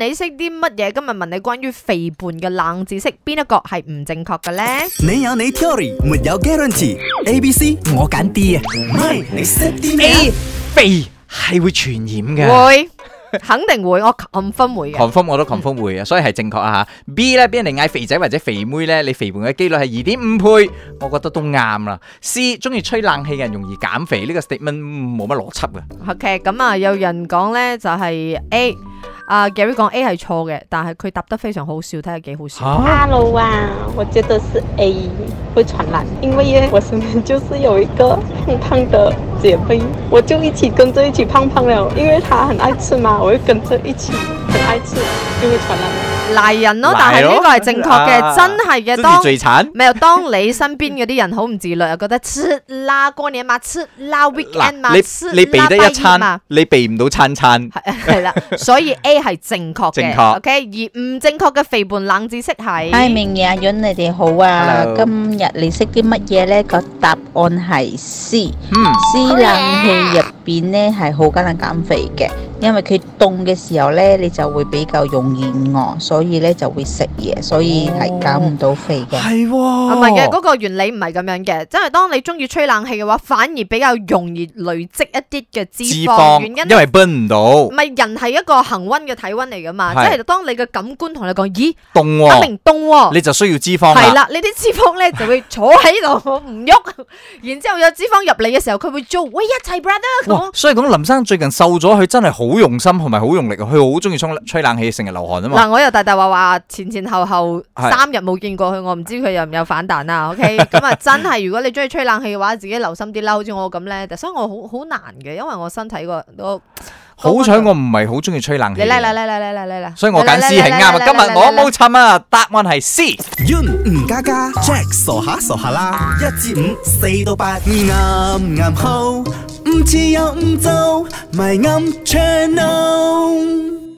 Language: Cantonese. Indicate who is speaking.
Speaker 1: 你識啲乜嘢？今日問你關於肥胖嘅冷知識，邊一個係唔正確嘅 呢？
Speaker 2: 你有你 theory，沒有 guarantee。A、B、C 我揀 D 啊，唔係你識啲咩啊？
Speaker 3: A 肥係會傳染嘅。
Speaker 1: 會，肯定會，我 confirm 會嘅。
Speaker 3: confirm 我都 confirm 會嘅，所以係正確啊吓。B 咧，俾人哋嗌肥仔或者肥妹咧，你肥胖嘅機率係二點五倍，我覺得都啱啦。C 中意吹冷氣嘅人容易減肥，呢、個 statement 冇乜邏輯嘅。
Speaker 1: OK，咁啊，有人講呢就係 A，啊 Gary 講 A 係錯嘅，但係佢答得非常好笑，睇下幾好笑。
Speaker 3: 哦
Speaker 4: Hello 啊，我觉得是 A 会传染，因为耶，我身边就是有一个胖胖的姐妹，我就一起跟着一起胖胖了，因为她很爱吃嘛，我就跟着一起很爱吃，就会传染了。
Speaker 1: 賴人咯，但係呢個係正確嘅，真係嘅。
Speaker 3: 中意
Speaker 1: 當
Speaker 3: 啊最慘。
Speaker 1: 咪又當你身邊嗰啲人好唔自律，又覺得吃啦過年嘛，吃啦 weekend 嘛，吃
Speaker 3: 嗱，你你避
Speaker 1: 啦
Speaker 3: 得
Speaker 1: 拜
Speaker 3: 一
Speaker 1: 二嘛
Speaker 3: 餐，你避唔到餐餐。
Speaker 1: 系啦，所 以 A 系正確
Speaker 3: 正
Speaker 1: 嘅
Speaker 3: 確
Speaker 1: ，OK，而唔正確嘅肥胖冷知識係
Speaker 5: 嗨，明爺阿潤，你哋好啊
Speaker 3: Hello
Speaker 5: 今日你識啲乜嘢呢？個答案係 C。
Speaker 3: 嗯，
Speaker 5: C 冷氣入邊呢係好艱難減肥嘅，因為佢凍嘅時候呢，你就會比較容易餓，所以呢就會食嘢，所以係減唔到肥嘅。
Speaker 3: 係喎。
Speaker 1: 哦唔係嘅，嗰個原理唔係咁樣嘅，即係當你中意吹冷氣嘅話，反而比較容易累積一啲嘅脂
Speaker 3: 脂
Speaker 1: 肪，
Speaker 3: 肪，
Speaker 1: 原因
Speaker 3: 因為 burn 唔
Speaker 1: 唔
Speaker 3: 到，
Speaker 1: 係人係一個恒温嘅體温嚟噶嘛，即
Speaker 3: 係
Speaker 1: 係當你嘅感官同你講，咦，
Speaker 3: 凍啊
Speaker 1: 阿
Speaker 3: 喎，
Speaker 1: 明凍喎。
Speaker 3: 你就需要脂肪
Speaker 1: 係
Speaker 3: 啦。
Speaker 1: 啦，你啲脂肪咧就會坐喺度唔喐，然之後有脂肪入嚟嘅時候，佢會做喂一齊 brother
Speaker 3: 哇
Speaker 1: 咁，
Speaker 3: 所以講林生最近瘦咗，佢真係好用心同埋好用力，佢好中意沖吹冷氣，成日流汗啊嘛。
Speaker 1: 嗱，我又大大話話前前後後
Speaker 3: 係
Speaker 1: 三日冇見過佢，我唔知佢有唔有反彈啦。OK，咁啊真係，如果你中意吹冷氣嘅話，自己留心啲啦，好似我咁咧，所以我好好難嘅，因為我身體個都
Speaker 3: 好彩我唔係好中意吹冷氣
Speaker 1: 你
Speaker 3: 嘅，
Speaker 1: 嚟嚟嚟嚟嚟嚟嚟，
Speaker 3: 所以我揀 C 係啱啊。
Speaker 1: 嚟嚟嚟嚟
Speaker 3: 今日我
Speaker 1: 嚟嚟
Speaker 3: 冇襯啊，答案係 C。
Speaker 2: Yun 吳家家，Jack 傻下傻下啦，一至五，四到八，啱 Ừ, 啱好，唔似又唔做，咪啱 channel。